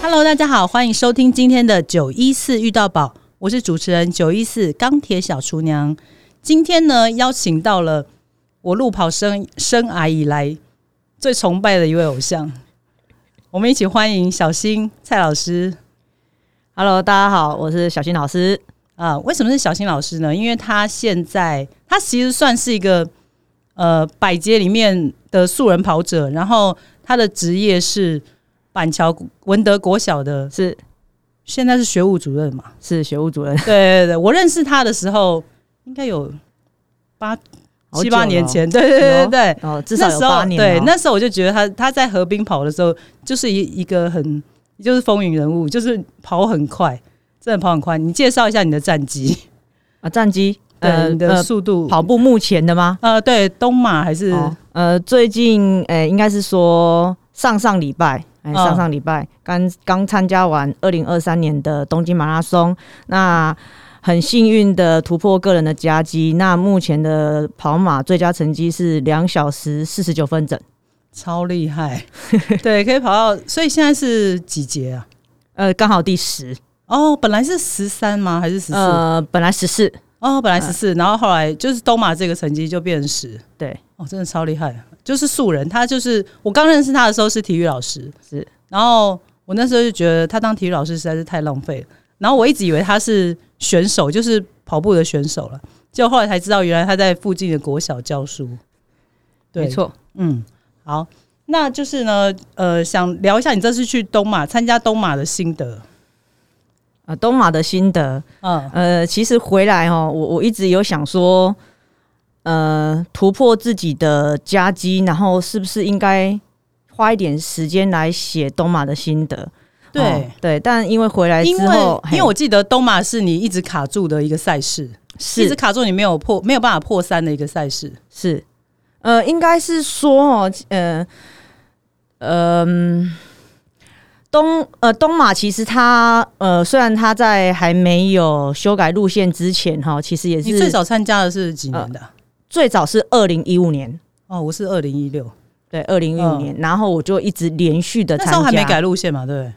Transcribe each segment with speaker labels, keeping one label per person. Speaker 1: Hello，大家好，欢迎收听今天的九一四遇到宝，我是主持人九一四钢铁小厨娘。今天呢，邀请到了我路跑生生涯以来最崇拜的一位偶像，我们一起欢迎小新蔡老师
Speaker 2: Hello，大家好，我是小新老师。
Speaker 1: 啊。为什么是小新老师呢？因为他现在他其实算是一个呃百街里面的素人跑者，然后他的职业是板桥文德国小的，
Speaker 2: 是
Speaker 1: 现在是学务主任嘛。
Speaker 2: 是学务主任，
Speaker 1: 对对对，我认识他的时候应该有八
Speaker 2: 好
Speaker 1: 七
Speaker 2: 久了
Speaker 1: 八
Speaker 2: 哦
Speaker 1: 年，前，对对对对对，
Speaker 2: 哦，至少
Speaker 1: 那
Speaker 2: 有
Speaker 1: 时候
Speaker 2: 八年了哦。
Speaker 1: 对，那时候我就觉得他他在河滨跑的时候，就是一一个很就是风云人物，就是跑很快，真的跑很快。你介绍一下你的战 绩，
Speaker 2: 啊，战机
Speaker 1: 对
Speaker 2: 呃
Speaker 1: 你的
Speaker 2: 呃，
Speaker 1: 速度，
Speaker 2: 跑步目前的吗？
Speaker 1: 呃，对，东马还是
Speaker 2: 哦呃，最近呃，应该是说上上礼拜，哎，
Speaker 1: 嗯
Speaker 2: 上上礼拜刚刚参加完二零二三年的东京马拉松，那。很幸运的突破个人的佳绩，那目前的跑马最佳成绩是两小时四十九分整，
Speaker 1: 超厉 害，对，可以跑到，所以现在是几节啊？
Speaker 2: 呃，刚好第十，
Speaker 1: 哦，本来是十三吗？还是十四、
Speaker 2: 呃，本来十四，
Speaker 1: 哦，本来
Speaker 2: 嗯
Speaker 1: 十四、然后后来就是东马这个成绩就变成十。
Speaker 2: 对，
Speaker 1: 哦，真的超厉害，就是素人。他就是我刚认识他的时候是体育老师，
Speaker 2: 是。
Speaker 1: 然后我那时候就觉得他当体育老师实在是太浪费了。然后我一直以为他是选手，就是跑步的选手了。结果后来才知道，原来他在附近的国小教书。对
Speaker 2: 没，错，
Speaker 1: 嗯，好，那就是呢，呃，想聊一下你这次去东马参加东马的心得。
Speaker 2: 呃，东马的心得，
Speaker 1: 嗯，
Speaker 2: 呃，其实回来哦，我我一直有想说，呃，突破自己的佳绩，然后是不是应该花一点时间来写东马的心得？
Speaker 1: 对。
Speaker 2: 哦对，但因为回来
Speaker 1: 因
Speaker 2: 之
Speaker 1: 为
Speaker 2: 后，
Speaker 1: 因
Speaker 2: 嘿
Speaker 1: 为我记得东马是你一直卡住的一个赛事，一直
Speaker 2: 是
Speaker 1: 卡住你没有破没有办法破三的一个赛事。
Speaker 2: 是，呃，应该是说哦，呃，呃嗯、东呃东马其实它呃虽然它在还没有修改路线之前哈、其实也
Speaker 1: 你最
Speaker 2: 是
Speaker 1: 早参加的是几年的啊、
Speaker 2: 最早是二零一五年。
Speaker 1: 哦，我是二零一六，
Speaker 2: 对，二零一五
Speaker 1: 嗯
Speaker 2: 年，然后我就一直连续的
Speaker 1: 那
Speaker 2: 参
Speaker 1: 时
Speaker 2: 加。
Speaker 1: 候还没改路线嘛，对不对？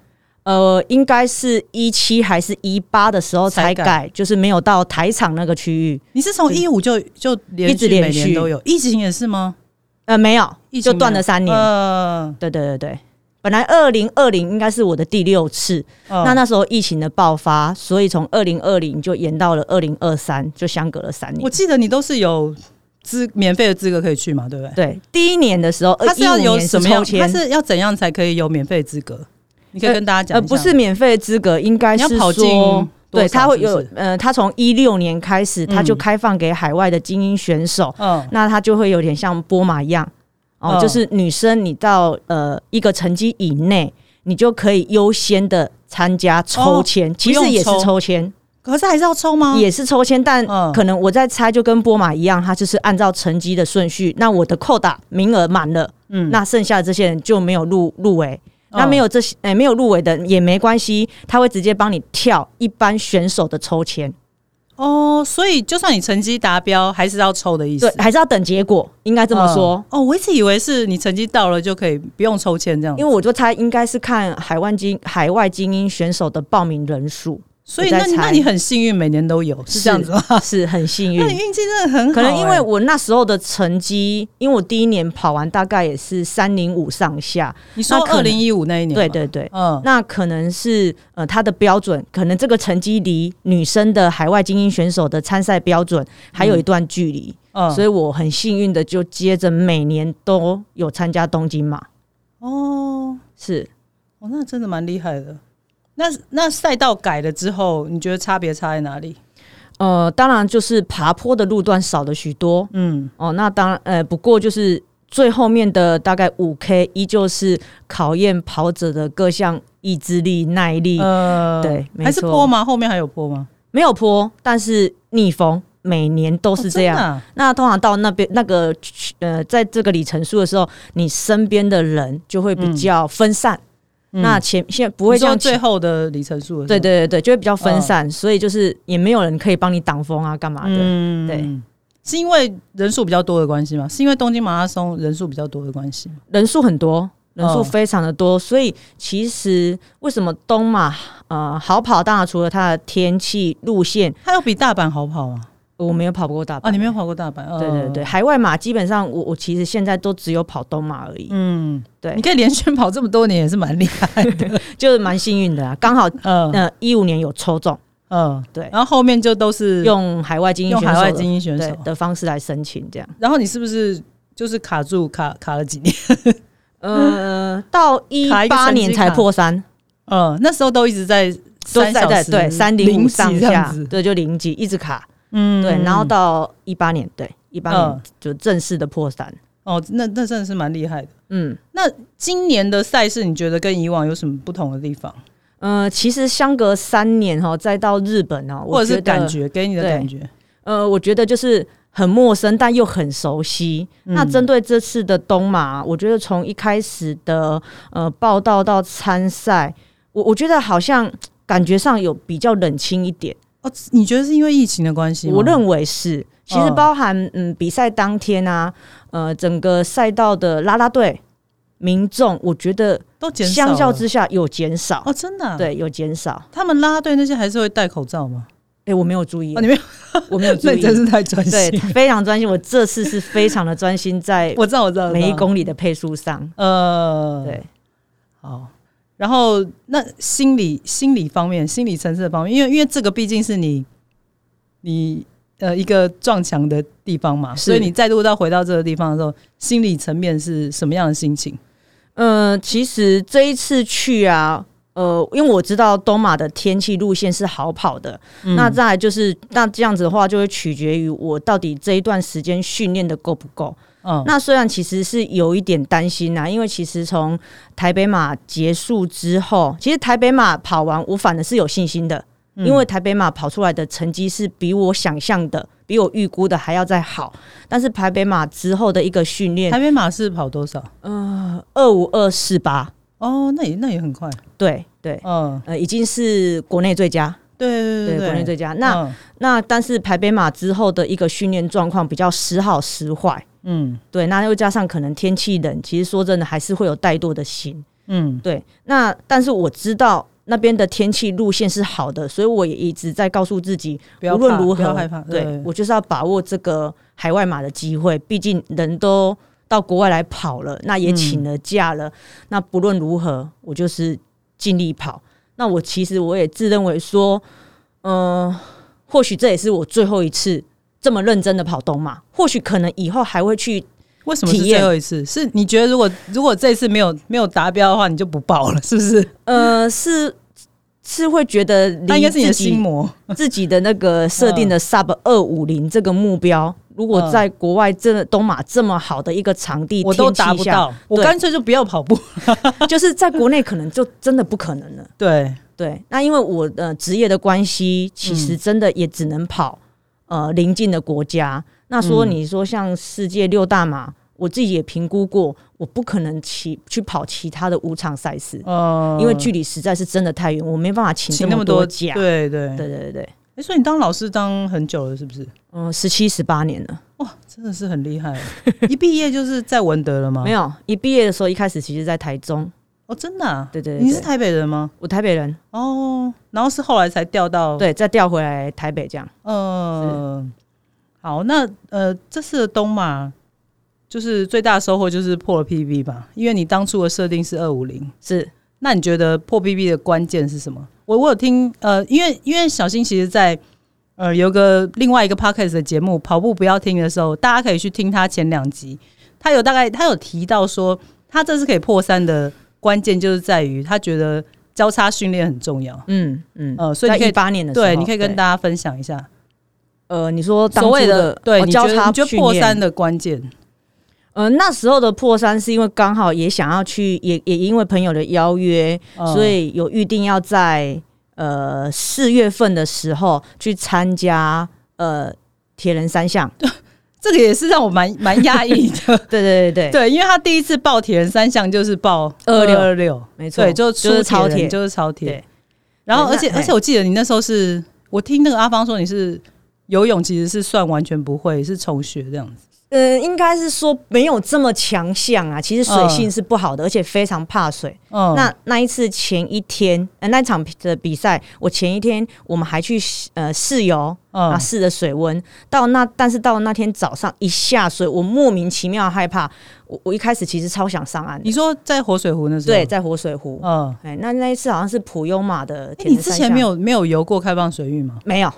Speaker 2: 呃，应该是一七还是一八的时候才
Speaker 1: 才
Speaker 2: 改，
Speaker 1: 改
Speaker 2: 就是没有到台场那个区域。
Speaker 1: 你是从
Speaker 2: 对
Speaker 1: 一五就就连续
Speaker 2: 一直连
Speaker 1: 每
Speaker 2: 续
Speaker 1: 年都有，疫情也是吗？
Speaker 2: 呃，没有，
Speaker 1: 疫情
Speaker 2: 就
Speaker 1: 没有
Speaker 2: 断了三年。
Speaker 1: 呃，
Speaker 2: 对对对对，本来二零二零应该是我的第六次，
Speaker 1: 呃
Speaker 2: 那那时候疫情的爆发，所以从二零二零就延到了二零二三，就相隔了三
Speaker 1: 我
Speaker 2: 年。
Speaker 1: 记得你都是有资免费的资格可以去嘛，对不对？
Speaker 2: 对，第呃一年的时候，
Speaker 1: 它是要
Speaker 2: 15
Speaker 1: 有
Speaker 2: 年
Speaker 1: 什么样
Speaker 2: 抽？
Speaker 1: 它
Speaker 2: 签？
Speaker 1: 是要怎样才可以有免费资格？你可以
Speaker 2: 呃
Speaker 1: 跟大家讲
Speaker 2: 呃，
Speaker 1: 一下
Speaker 2: 不是免费资格，应该
Speaker 1: 你
Speaker 2: 是
Speaker 1: 要跑进
Speaker 2: 说
Speaker 1: 多
Speaker 2: 对，
Speaker 1: 少
Speaker 2: 他会
Speaker 1: 是不
Speaker 2: 有
Speaker 1: 是
Speaker 2: 呃，他从一六年开始，他就
Speaker 1: 嗯
Speaker 2: 开放给海外的精英选手，
Speaker 1: 嗯
Speaker 2: 那他就会有点像波马一样哦，
Speaker 1: 嗯
Speaker 2: 就是女生你到呃一个成绩以内，你就可以优先的参加抽签，其实
Speaker 1: 哦用
Speaker 2: 也是
Speaker 1: 抽
Speaker 2: 抽签，
Speaker 1: 可是还是要抽吗？
Speaker 2: 也是抽签，但
Speaker 1: 嗯
Speaker 2: 可能我在猜，就跟波马一样，他就是按照成绩的顺序，那我的扣打名额满了，
Speaker 1: 嗯
Speaker 2: 那剩下的这些人就没有入入围。
Speaker 1: 嗯
Speaker 2: 那没有这些，哎诶、没有入围的也没关系，他会直接帮你跳一般选手的抽签，
Speaker 1: 哦，所以就算你成绩达标，还是要抽的意思
Speaker 2: 对。，还是要等结果，应该这么说。
Speaker 1: 嗯哦，我一直以为是你成绩到了就可以不用抽签这样，
Speaker 2: 因为我就猜应该是看海外精海外精英选手的报名人数，
Speaker 1: 所以
Speaker 2: 我在
Speaker 1: 那你
Speaker 2: 猜
Speaker 1: 那你很幸运，每年都有是这样 子吗？
Speaker 2: 是很幸
Speaker 1: 那你
Speaker 2: 运。
Speaker 1: 运气真的很好、
Speaker 2: 可能因为
Speaker 1: 欸
Speaker 2: 我那时候的成绩，因为我第一年跑完大概也是三零五上下，
Speaker 1: 你说
Speaker 2: 那可
Speaker 1: 二
Speaker 2: 能
Speaker 1: 零一五那一年，
Speaker 2: 对，对对，
Speaker 1: 嗯，
Speaker 2: 那可能是呃，他的标准，可能这个成绩离女生的海外精英选手的参赛标准还有一段距离，
Speaker 1: 嗯
Speaker 2: 所以我很幸运的就接着每年都有参加东京马，
Speaker 1: 哦，
Speaker 2: 是
Speaker 1: 哦，那真的蛮厉害的。那那赛道改了之后，你觉得差别差在哪里？
Speaker 2: 呃，当然就是爬坡的路段少了许多
Speaker 1: 嗯，
Speaker 2: 哦，那当然呃，不过就是最后面的大概五 K 依旧是考验跑者的各项意志力、耐力，
Speaker 1: 呃，
Speaker 2: 嗯对没
Speaker 1: 还是
Speaker 2: 错
Speaker 1: 坡吗？后面还有坡吗？
Speaker 2: 没有坡，但是逆风。每年都
Speaker 1: 不
Speaker 2: 是这样，
Speaker 1: 啊、
Speaker 2: 那通常到那边那个区呃，在这个里程数的时候，你身边的人就会比较分散。
Speaker 1: 嗯
Speaker 2: 那前现在不
Speaker 1: 不
Speaker 2: 会像
Speaker 1: 最
Speaker 2: 前
Speaker 1: 后的里程数了，
Speaker 2: 对
Speaker 1: 是吗，
Speaker 2: 对对对，就会比较分散，所以就是也没有人可以帮你挡风啊，干嘛的？
Speaker 1: 嗯
Speaker 2: 对。
Speaker 1: 是因为人数比较多的关系吗？是因为东京马拉松人数比较多的关系吗？
Speaker 2: 人数很多，人
Speaker 1: 嗯
Speaker 2: 数非常的多，所以其实为什么东马呃好跑？当然除了它的天气、路线，
Speaker 1: 它有比大阪好跑吗？
Speaker 2: 我没有跑不过大阪。
Speaker 1: 啊，你没有跑过大阪？哦
Speaker 2: 对对对，，海外马基本上我我其实现在都只有跑东马而已，
Speaker 1: 嗯，
Speaker 2: 对
Speaker 1: 你可以连续跑这么多年，也是蛮厉害的。
Speaker 2: 就是蛮幸运的啊，刚好
Speaker 1: 嗯
Speaker 2: 呃一五年有抽中，
Speaker 1: 嗯，
Speaker 2: 对，
Speaker 1: 然后后面就都是
Speaker 2: 用海外精英
Speaker 1: 嗯用
Speaker 2: 选
Speaker 1: 海
Speaker 2: 手
Speaker 1: 外
Speaker 2: 的
Speaker 1: 精英选
Speaker 2: 对
Speaker 1: 手。
Speaker 2: 的方式来申请这样。
Speaker 1: 然后你是不是就是卡住卡卡了几年？嗯
Speaker 2: 呃，到一
Speaker 1: 卡一个
Speaker 2: 八
Speaker 1: 成绩
Speaker 2: 年才
Speaker 1: 卡
Speaker 2: 破三，
Speaker 1: 嗯，那时候都一直在
Speaker 2: 都
Speaker 1: 三
Speaker 2: 在
Speaker 1: 小
Speaker 2: 在
Speaker 1: 时
Speaker 2: 对三零五
Speaker 1: 零几
Speaker 2: 上
Speaker 1: 这样
Speaker 2: 下
Speaker 1: 子，
Speaker 2: 对，就零级一直卡，
Speaker 1: 嗯
Speaker 2: 对，然后到一八年，对，一八
Speaker 1: 嗯
Speaker 2: 年就正式的破三，
Speaker 1: 哦，那那真的是蛮厉害的。
Speaker 2: 嗯。
Speaker 1: 今年的赛事，你觉得跟以往有什么不同的地方，
Speaker 2: 呃，其实相隔三年哈，再到日本哦，我
Speaker 1: 或者是
Speaker 2: 得
Speaker 1: 感，觉给你的
Speaker 2: 对
Speaker 1: 感觉？
Speaker 2: 呃，我觉得就是很陌生，但又很熟悉。那
Speaker 1: 嗯
Speaker 2: 针对这次的东马，我觉得从一开始的呃报道到参赛，我我觉得好像感觉上有比较冷清一点。
Speaker 1: 哦，你觉得是因为疫情的关系吗？
Speaker 2: 我认为是，其实
Speaker 1: 嗯
Speaker 2: 包含嗯比赛当天啊，呃整个赛道的啦啦队民众，我觉得
Speaker 1: 都减少了
Speaker 2: 相较之下有减少，
Speaker 1: 哦，真的、啊、，
Speaker 2: 对，有减少。
Speaker 1: 他们啦啦队那些还是会戴口罩吗？
Speaker 2: 哎、我没有注意
Speaker 1: 哦，，你没有，
Speaker 2: 我没有注
Speaker 1: 那
Speaker 2: 意
Speaker 1: 你，真是太专心。
Speaker 2: 对，非常专心。我这次是非常的专心在
Speaker 1: 我知道，我知道，我知道
Speaker 2: 每一公里的配速上，
Speaker 1: 呃，
Speaker 2: 对，
Speaker 1: 好。然后，那心理心理方面，心理层次的方面，因为因为这个毕竟是你你呃一个撞墙的地方嘛，
Speaker 2: 是
Speaker 1: 所以你再度到回到这个地方的时候，心理层面是什么样的心情？
Speaker 2: 嗯，其实这一次去啊，呃，因为我知道东马的天气路线是好跑的，
Speaker 1: 嗯
Speaker 2: 那再来就是那这样子的话，就会取决于我到底这一段时间训练的够不够。
Speaker 1: 嗯，
Speaker 2: 那虽然其实是有一点担心呐、因为其实从台北马结束之后，其实台北马跑完，我反而是有信心的，
Speaker 1: 嗯
Speaker 2: 因为台北马跑出来的成绩是比我想象的。比我预估的还要再好，但是台北马之后的一个训练
Speaker 1: 台，北马是跑多少？
Speaker 2: 二五二四八，
Speaker 1: 哦，那也那也很快。
Speaker 2: 对对，
Speaker 1: 嗯，
Speaker 2: 呃，已经是国内最佳，
Speaker 1: 对对
Speaker 2: 对，国内最佳。那、
Speaker 1: 嗯
Speaker 2: 那但是台北马之后的一个训练状况比较时好时坏，
Speaker 1: 嗯
Speaker 2: 对，那又加上可能天气冷，其实说真的还是会有怠惰的心，
Speaker 1: 嗯
Speaker 2: 对。那但是我知道那边的天气路线是好的，所以我也一直在告诉自己，
Speaker 1: 不要
Speaker 2: 无论
Speaker 1: 怕
Speaker 2: 如
Speaker 1: 不要
Speaker 2: 何，
Speaker 1: 害怕
Speaker 2: 对
Speaker 1: 对
Speaker 2: 我就是要把握这个海外马的机会，毕竟人都到国外来跑了，那也请了假了，那不论如何，我就是尽力跑。那我其实我也自认为说，嗯、或许这也是我最后一次这么认真的跑东马，或许可能以后还会去
Speaker 1: 为什么是
Speaker 2: 体
Speaker 1: 最
Speaker 2: 验
Speaker 1: 后一次？是你觉得如果如果这次没有没有达标的话，你就不报了， 是不是？
Speaker 2: 呃，是是会觉得
Speaker 1: 那应
Speaker 2: 离
Speaker 1: 该是你
Speaker 2: 自
Speaker 1: 的心
Speaker 2: 己
Speaker 1: 魔。
Speaker 2: 自己的那个设定
Speaker 1: 嗯
Speaker 2: 的 sub 二五零这个目标，如果在国外真的东马这么好的一个场地，
Speaker 1: 我都
Speaker 2: 天气
Speaker 1: 达不
Speaker 2: 下，
Speaker 1: 到，我
Speaker 2: 对
Speaker 1: 干脆就不要跑步。
Speaker 2: 就是在国内可能就真的不可能了。
Speaker 1: 对，
Speaker 2: 对，那因为我的职业的关系，其实真的也只能跑、呃邻近的国家。那说
Speaker 1: 嗯
Speaker 2: 你说像世界六大马，我自己也评估过，我不可能其去跑其他的五场赛事，
Speaker 1: 呃
Speaker 2: 因为距离实在是真的太远，我没办法请
Speaker 1: 请
Speaker 2: 这
Speaker 1: 那
Speaker 2: 么
Speaker 1: 多
Speaker 2: 多假。
Speaker 1: 对对
Speaker 2: 对对对对，
Speaker 1: 诶所以你当老师当很久了，是不是？
Speaker 2: 嗯，十七十八年了。
Speaker 1: 哇，真的是很厉 害！一毕业就是在文德了吗？
Speaker 2: 没有，一毕业的时候，一开始其实在台中，
Speaker 1: 哦，真的啊？
Speaker 2: 对对对
Speaker 1: 你是台北人吗？
Speaker 2: 我台北人，
Speaker 1: 哦，然后是后来才调到
Speaker 2: 对，再调回来台北这样。
Speaker 1: 嗯，好，那呃，这次的东马就是最大的收获就是破了 PB 吧，因为你当初的设定是二五零，
Speaker 2: 是，
Speaker 1: 那你觉得破 PB 的关键是什么？我我有听呃，因为因为小新其实在呃有个另外一个 podcast 的节目《跑步不要听》的时候，大家可以去听他前两集，他有大概他有提到说，他这次可以破三的关键就是在于他觉得交叉训练很重要。
Speaker 2: 嗯嗯，
Speaker 1: 呃，所以你可
Speaker 2: 一
Speaker 1: 以
Speaker 2: 八年的时候，
Speaker 1: 对，你可以跟大家分享一下。
Speaker 2: 呃，你说当
Speaker 1: 所谓
Speaker 2: 初
Speaker 1: 的对、
Speaker 2: 哦
Speaker 1: 你觉
Speaker 2: 交
Speaker 1: 得
Speaker 2: 叉
Speaker 1: 你觉得
Speaker 2: 训
Speaker 1: 破
Speaker 2: 练
Speaker 1: 三，的关键，
Speaker 2: 呃，那时候的破三是因为刚好也想要去，也也因为朋友的邀约，
Speaker 1: 嗯
Speaker 2: 所以有预定要在呃四月份的时候去参加呃铁人三 项。
Speaker 1: 这个也是让我蛮蛮压抑 的。
Speaker 2: 对对对对，
Speaker 1: 对，呃因为他第一次报铁人三项就是报
Speaker 2: 226
Speaker 1: 二六，
Speaker 2: 没错，
Speaker 1: 对，就出
Speaker 2: 就是超
Speaker 1: 铁人
Speaker 2: 铁，
Speaker 1: 就是超铁
Speaker 2: 对。
Speaker 1: 然后，
Speaker 2: 对
Speaker 1: 而
Speaker 2: 那
Speaker 1: 且而且，
Speaker 2: 嘿
Speaker 1: 我记得你那时候是，我听那个阿芳说你是游泳，其实是算完全不会，是重学这样子。
Speaker 2: 呃，应该是说没有这么强项啊。其实水性是不好的，而且非常怕水。
Speaker 1: 嗯，
Speaker 2: 那那一次前一天，呃，那一场的比赛，我前一天我们还去呃试游，啊
Speaker 1: 嗯
Speaker 2: 试的水温。到那但是到那天早上一下水，我莫名其妙害怕。我我一开始其实超想上岸的，
Speaker 1: 你说在活水湖那时候，
Speaker 2: 对，，在活水湖。
Speaker 1: 嗯，
Speaker 2: 哎、那那一次好像是普悠玛的
Speaker 1: 哎、
Speaker 2: 铁
Speaker 1: 你
Speaker 2: 人
Speaker 1: 之
Speaker 2: 三项、
Speaker 1: 前没有没有游过开放水域吗？
Speaker 2: 没有？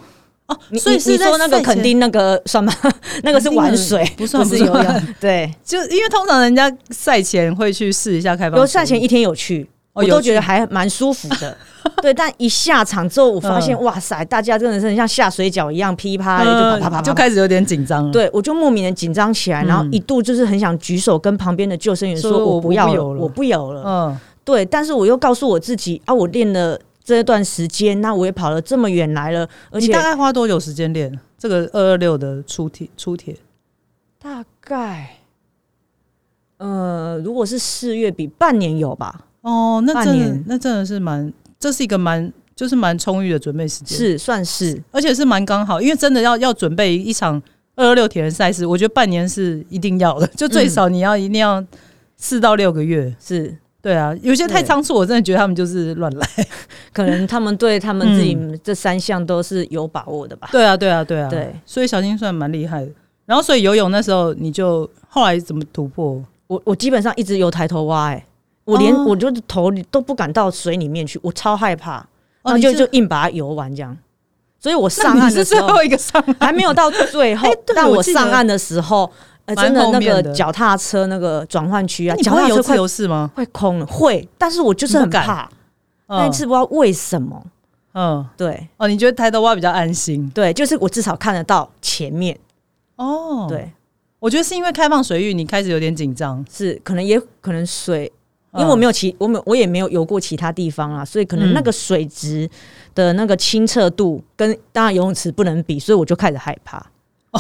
Speaker 1: 哦，
Speaker 2: 你
Speaker 1: 所以
Speaker 2: 你
Speaker 1: 是
Speaker 2: 你
Speaker 1: 在
Speaker 2: 说那
Speaker 1: 赛
Speaker 2: 个
Speaker 1: 前
Speaker 2: 肯定那个算吗？ 那个是玩水，
Speaker 1: 不算
Speaker 2: 不
Speaker 1: 不
Speaker 2: 是游
Speaker 1: 算
Speaker 2: 泳。 对，
Speaker 1: 就因为通常人家赛前会去试一下开放水域，
Speaker 2: 有赛前一天有去，
Speaker 1: 哦
Speaker 2: 我
Speaker 1: 有
Speaker 2: 都觉得
Speaker 1: 趣
Speaker 2: 还蛮舒服 的。对，但一下场之后，我发现、哇塞，大家真的是很像下水饺一样噼啪的嗯就啪
Speaker 1: 呃
Speaker 2: 啪啪啪啪
Speaker 1: 就开始有点紧张了。，
Speaker 2: 对，我就莫名的紧张起来，然后
Speaker 1: 嗯
Speaker 2: 一度就是很想举手跟旁边的救生员
Speaker 1: 说
Speaker 2: 说：“
Speaker 1: 我
Speaker 2: 我
Speaker 1: 不
Speaker 2: 不要
Speaker 1: 游
Speaker 2: 了，
Speaker 1: 了
Speaker 2: 我不游了。
Speaker 1: 嗯，
Speaker 2: 对，但是我又告诉我自己啊，我练了这段时间，那我也跑了这么远来了，而
Speaker 1: 你
Speaker 2: 且
Speaker 1: 大概花多久时间练这个二二六的出铁出铁？
Speaker 2: 大概，呃，如果是四月比半年有吧，
Speaker 1: 哦，那
Speaker 2: 半
Speaker 1: 真的
Speaker 2: 年
Speaker 1: 那真的是蛮，这是一个蛮就是蛮充裕的准备时间，，
Speaker 2: 是算是
Speaker 1: 而且是蛮刚好，因为真的要要准备一场二二六铁人赛事，我觉得半年是一定要的， 就最少你要一定要四到六个月。
Speaker 2: 是，
Speaker 1: 对啊，有些太
Speaker 2: 对
Speaker 1: 仓促，我真的觉得他们就是乱来。
Speaker 2: 可能他们对他们自己
Speaker 1: 嗯
Speaker 2: 这三项都是有把握的吧。
Speaker 1: 对啊，对啊，对啊，
Speaker 2: 对
Speaker 1: 所以小金算蛮厉害的。然后，所以游泳那时候你就后来怎么突破？
Speaker 2: 我我基本上一直有抬头蛙、哎，我连、
Speaker 1: 哦
Speaker 2: 我就是头都不敢到水里面去，我超害怕，然后
Speaker 1: 哦你
Speaker 2: 哦就是就硬把它游完这样。所以我
Speaker 1: 那
Speaker 2: 上
Speaker 1: 你
Speaker 2: 岸
Speaker 1: 是
Speaker 2: 的
Speaker 1: 最
Speaker 2: 时候
Speaker 1: 后一个上 岸，
Speaker 2: 还没有到最后，
Speaker 1: 哎对
Speaker 2: 但
Speaker 1: 我
Speaker 2: 我
Speaker 1: 记得
Speaker 2: 上岸的时候，呃，
Speaker 1: 蛮
Speaker 2: 真的
Speaker 1: 后
Speaker 2: 那
Speaker 1: 面
Speaker 2: 个
Speaker 1: 的
Speaker 2: 脚踏车那个转换区
Speaker 1: 那
Speaker 2: 啊，
Speaker 1: 你
Speaker 2: 脚
Speaker 1: 不会
Speaker 2: 踏
Speaker 1: 游
Speaker 2: 车
Speaker 1: 自
Speaker 2: 快
Speaker 1: 由式吗？
Speaker 2: 快空了，会，但是我就是
Speaker 1: 你不
Speaker 2: 很
Speaker 1: 敢
Speaker 2: 怕，
Speaker 1: 嗯
Speaker 2: 但是不知道为什么，
Speaker 1: 嗯，
Speaker 2: 对
Speaker 1: 哦，你觉得抬头蛙比较安心
Speaker 2: 对，就是我至少看得到前面，
Speaker 1: 哦？，
Speaker 2: 对，
Speaker 1: 我觉得是因为开放水域，你开始有点紧张，嗯
Speaker 2: 是可能也可能水，因为我没
Speaker 1: 有
Speaker 2: 有其我没有我也没有游过其他地方啊，所以可
Speaker 1: 嗯
Speaker 2: 能那个水质的那个清澈度跟当然游泳池不能比，所以我就开始害怕，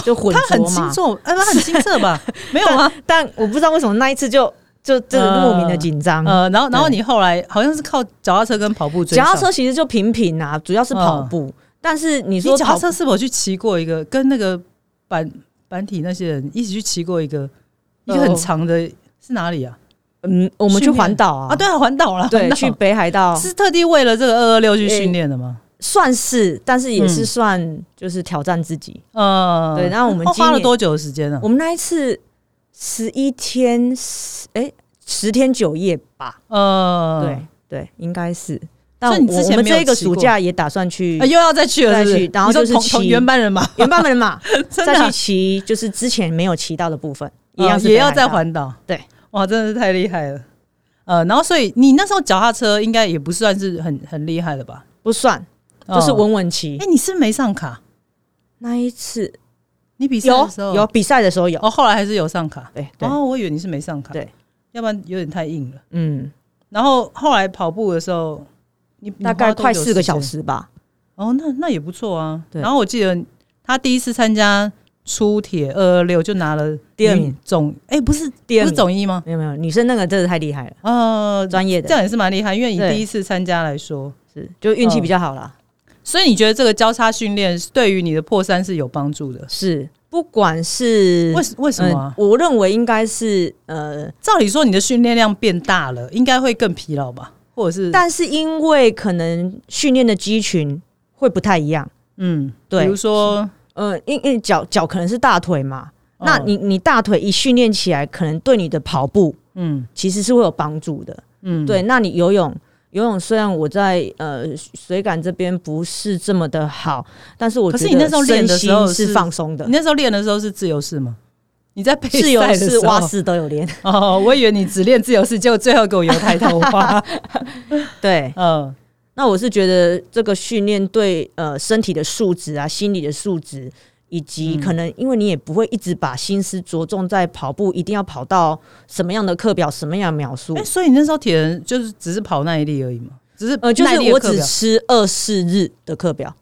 Speaker 2: 就混
Speaker 1: 它很
Speaker 2: 浊
Speaker 1: 清
Speaker 2: 嘛。
Speaker 1: 澈，哎，它很清澈 吧？没有啊，
Speaker 2: 但我不知道为什么那一次就就真的莫名的紧张。
Speaker 1: 呃，然后然后
Speaker 2: 对
Speaker 1: 你后来好像是靠脚踏车跟跑步追
Speaker 2: 嗯脚
Speaker 1: 上。
Speaker 2: 踏车其实就平平啊，主要是跑步。但是你
Speaker 1: 你
Speaker 2: 说
Speaker 1: 脚踏
Speaker 2: 跑
Speaker 1: 车是否去骑过一个跟那个板板体那些人一起去骑过一个一个很
Speaker 2: 哦
Speaker 1: 长的、是哪里啊？
Speaker 2: 嗯，我们去
Speaker 1: 训练
Speaker 2: 环岛啊
Speaker 1: 啊，对啊，环岛啦，
Speaker 2: 对
Speaker 1: 环岛
Speaker 2: 去北海道
Speaker 1: 是特地为了这个二二六去训练的吗？
Speaker 2: 算是，但是也
Speaker 1: 嗯
Speaker 2: 是算就是挑战自己。
Speaker 1: 呃，
Speaker 2: 哎对，嗯然后我们
Speaker 1: 哦
Speaker 2: 今
Speaker 1: 花了
Speaker 2: 年
Speaker 1: 多久的时间啊呢、
Speaker 2: 我们那一次十一天，哎，十天九夜吧？
Speaker 1: 呃，
Speaker 2: 对对，应该是。但
Speaker 1: 所以
Speaker 2: 我
Speaker 1: 你之前
Speaker 2: 我们
Speaker 1: 没有
Speaker 2: 这一个
Speaker 1: 骑过
Speaker 2: 暑假也打算去
Speaker 1: 啊又要再去了是不是，
Speaker 2: 再去然后
Speaker 1: 你说
Speaker 2: 就是
Speaker 1: 同
Speaker 2: 骑
Speaker 1: 同原班人马，
Speaker 2: 原班人马，
Speaker 1: 真的
Speaker 2: 再
Speaker 1: 啊、
Speaker 2: 去骑就是之前没有骑到的部分，一
Speaker 1: 呃
Speaker 2: 样是
Speaker 1: 也
Speaker 2: 北
Speaker 1: 要
Speaker 2: 海道
Speaker 1: 再环岛，
Speaker 2: 对，
Speaker 1: 哇，真的是太厉害了。呃，然后所以你那时候脚踏车应该也不算是很很厉害的吧？
Speaker 2: 不算，就是
Speaker 1: 哦
Speaker 2: 稳稳骑
Speaker 1: 哎、。你是不是没上卡？
Speaker 2: 那一次
Speaker 1: 你比赛
Speaker 2: 有
Speaker 1: 的时候
Speaker 2: 有比赛的时候有，
Speaker 1: 哦，后来还是有上卡。
Speaker 2: 对对，
Speaker 1: 哦，我以为你是没上卡，
Speaker 2: 对，
Speaker 1: 要不然有点太硬了。
Speaker 2: 嗯，
Speaker 1: 然后后来跑步的时候，你
Speaker 2: 大概快四个小。
Speaker 1: 你花多久时间
Speaker 2: 时吧。
Speaker 1: 哦，那那也不错啊。
Speaker 2: 对
Speaker 1: 然后我记得他第一次参加出铁二二六就拿了
Speaker 2: 第二
Speaker 1: 女
Speaker 2: 名
Speaker 1: 总，哎、不是
Speaker 2: 第二
Speaker 1: 不是
Speaker 2: 名
Speaker 1: 总一吗？
Speaker 2: 没有没有，女生那个真的太厉害了，
Speaker 1: 呃，
Speaker 2: 专业
Speaker 1: 这
Speaker 2: 的
Speaker 1: 样也是蛮厉害，因为你
Speaker 2: 对
Speaker 1: 第一次参加来说，
Speaker 2: 是就
Speaker 1: 嗯
Speaker 2: 运气比较好啦。
Speaker 1: 所以你觉得这个交叉训练对于你的破三是有帮助的？
Speaker 2: 是，不管是
Speaker 1: 为为什么啊、
Speaker 2: 嗯我认为应该是呃，
Speaker 1: 照理说你的训练量变大了，应该会更疲劳吧？或者是
Speaker 2: 但是因为可能训练的肌群会不太一样，
Speaker 1: 嗯，
Speaker 2: 对
Speaker 1: 比如说，
Speaker 2: 呃，因因为脚脚可能是大腿嘛，那
Speaker 1: 哦
Speaker 2: 你你大腿一训练起来，可能对你的跑步
Speaker 1: 嗯
Speaker 2: 其实是会有帮助的。
Speaker 1: 嗯，
Speaker 2: 对，那你游泳，游泳虽然我在呃水感这边不是这么的好，但是我
Speaker 1: 可
Speaker 2: 觉
Speaker 1: 是
Speaker 2: 得
Speaker 1: 你那时候练的时候
Speaker 2: 身心
Speaker 1: 是
Speaker 2: 是放松 的
Speaker 1: 你，那时候练的时候是自由式吗？你在备
Speaker 2: 自由
Speaker 1: 赛的时
Speaker 2: 式、
Speaker 1: 候
Speaker 2: 蛙式都 有练。
Speaker 1: 哦，我以为你只练自由式，结果最后给我游抬头 蛙。
Speaker 2: 对，
Speaker 1: 嗯
Speaker 2: 那我是觉得这个训练对呃身体的素质啊、心理的素质，以及
Speaker 1: 嗯
Speaker 2: 可能因为你也不会一直把心思着重在跑步，一定要跑到什么样的课表、什么样的秒数
Speaker 1: 哎、。所以你那时候铁人就是只是跑那一粒而已嘛，只是
Speaker 2: 呃，就
Speaker 1: 耐
Speaker 2: 是
Speaker 1: 力的
Speaker 2: 我
Speaker 1: 课
Speaker 2: 只
Speaker 1: 表
Speaker 2: 吃二四日的课表，